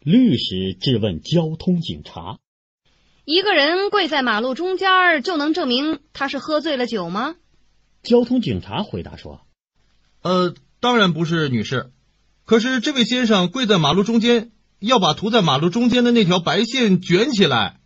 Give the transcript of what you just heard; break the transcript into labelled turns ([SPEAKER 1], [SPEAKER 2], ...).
[SPEAKER 1] 律师质问交通警察。
[SPEAKER 2] 一个人跪在马路中间儿就能证明他是喝醉了酒吗？
[SPEAKER 1] 交通警察回答说
[SPEAKER 3] 呃，当然不是，女士。可是这位先生跪在马路中间，要把涂在马路中间的那条白线卷起来。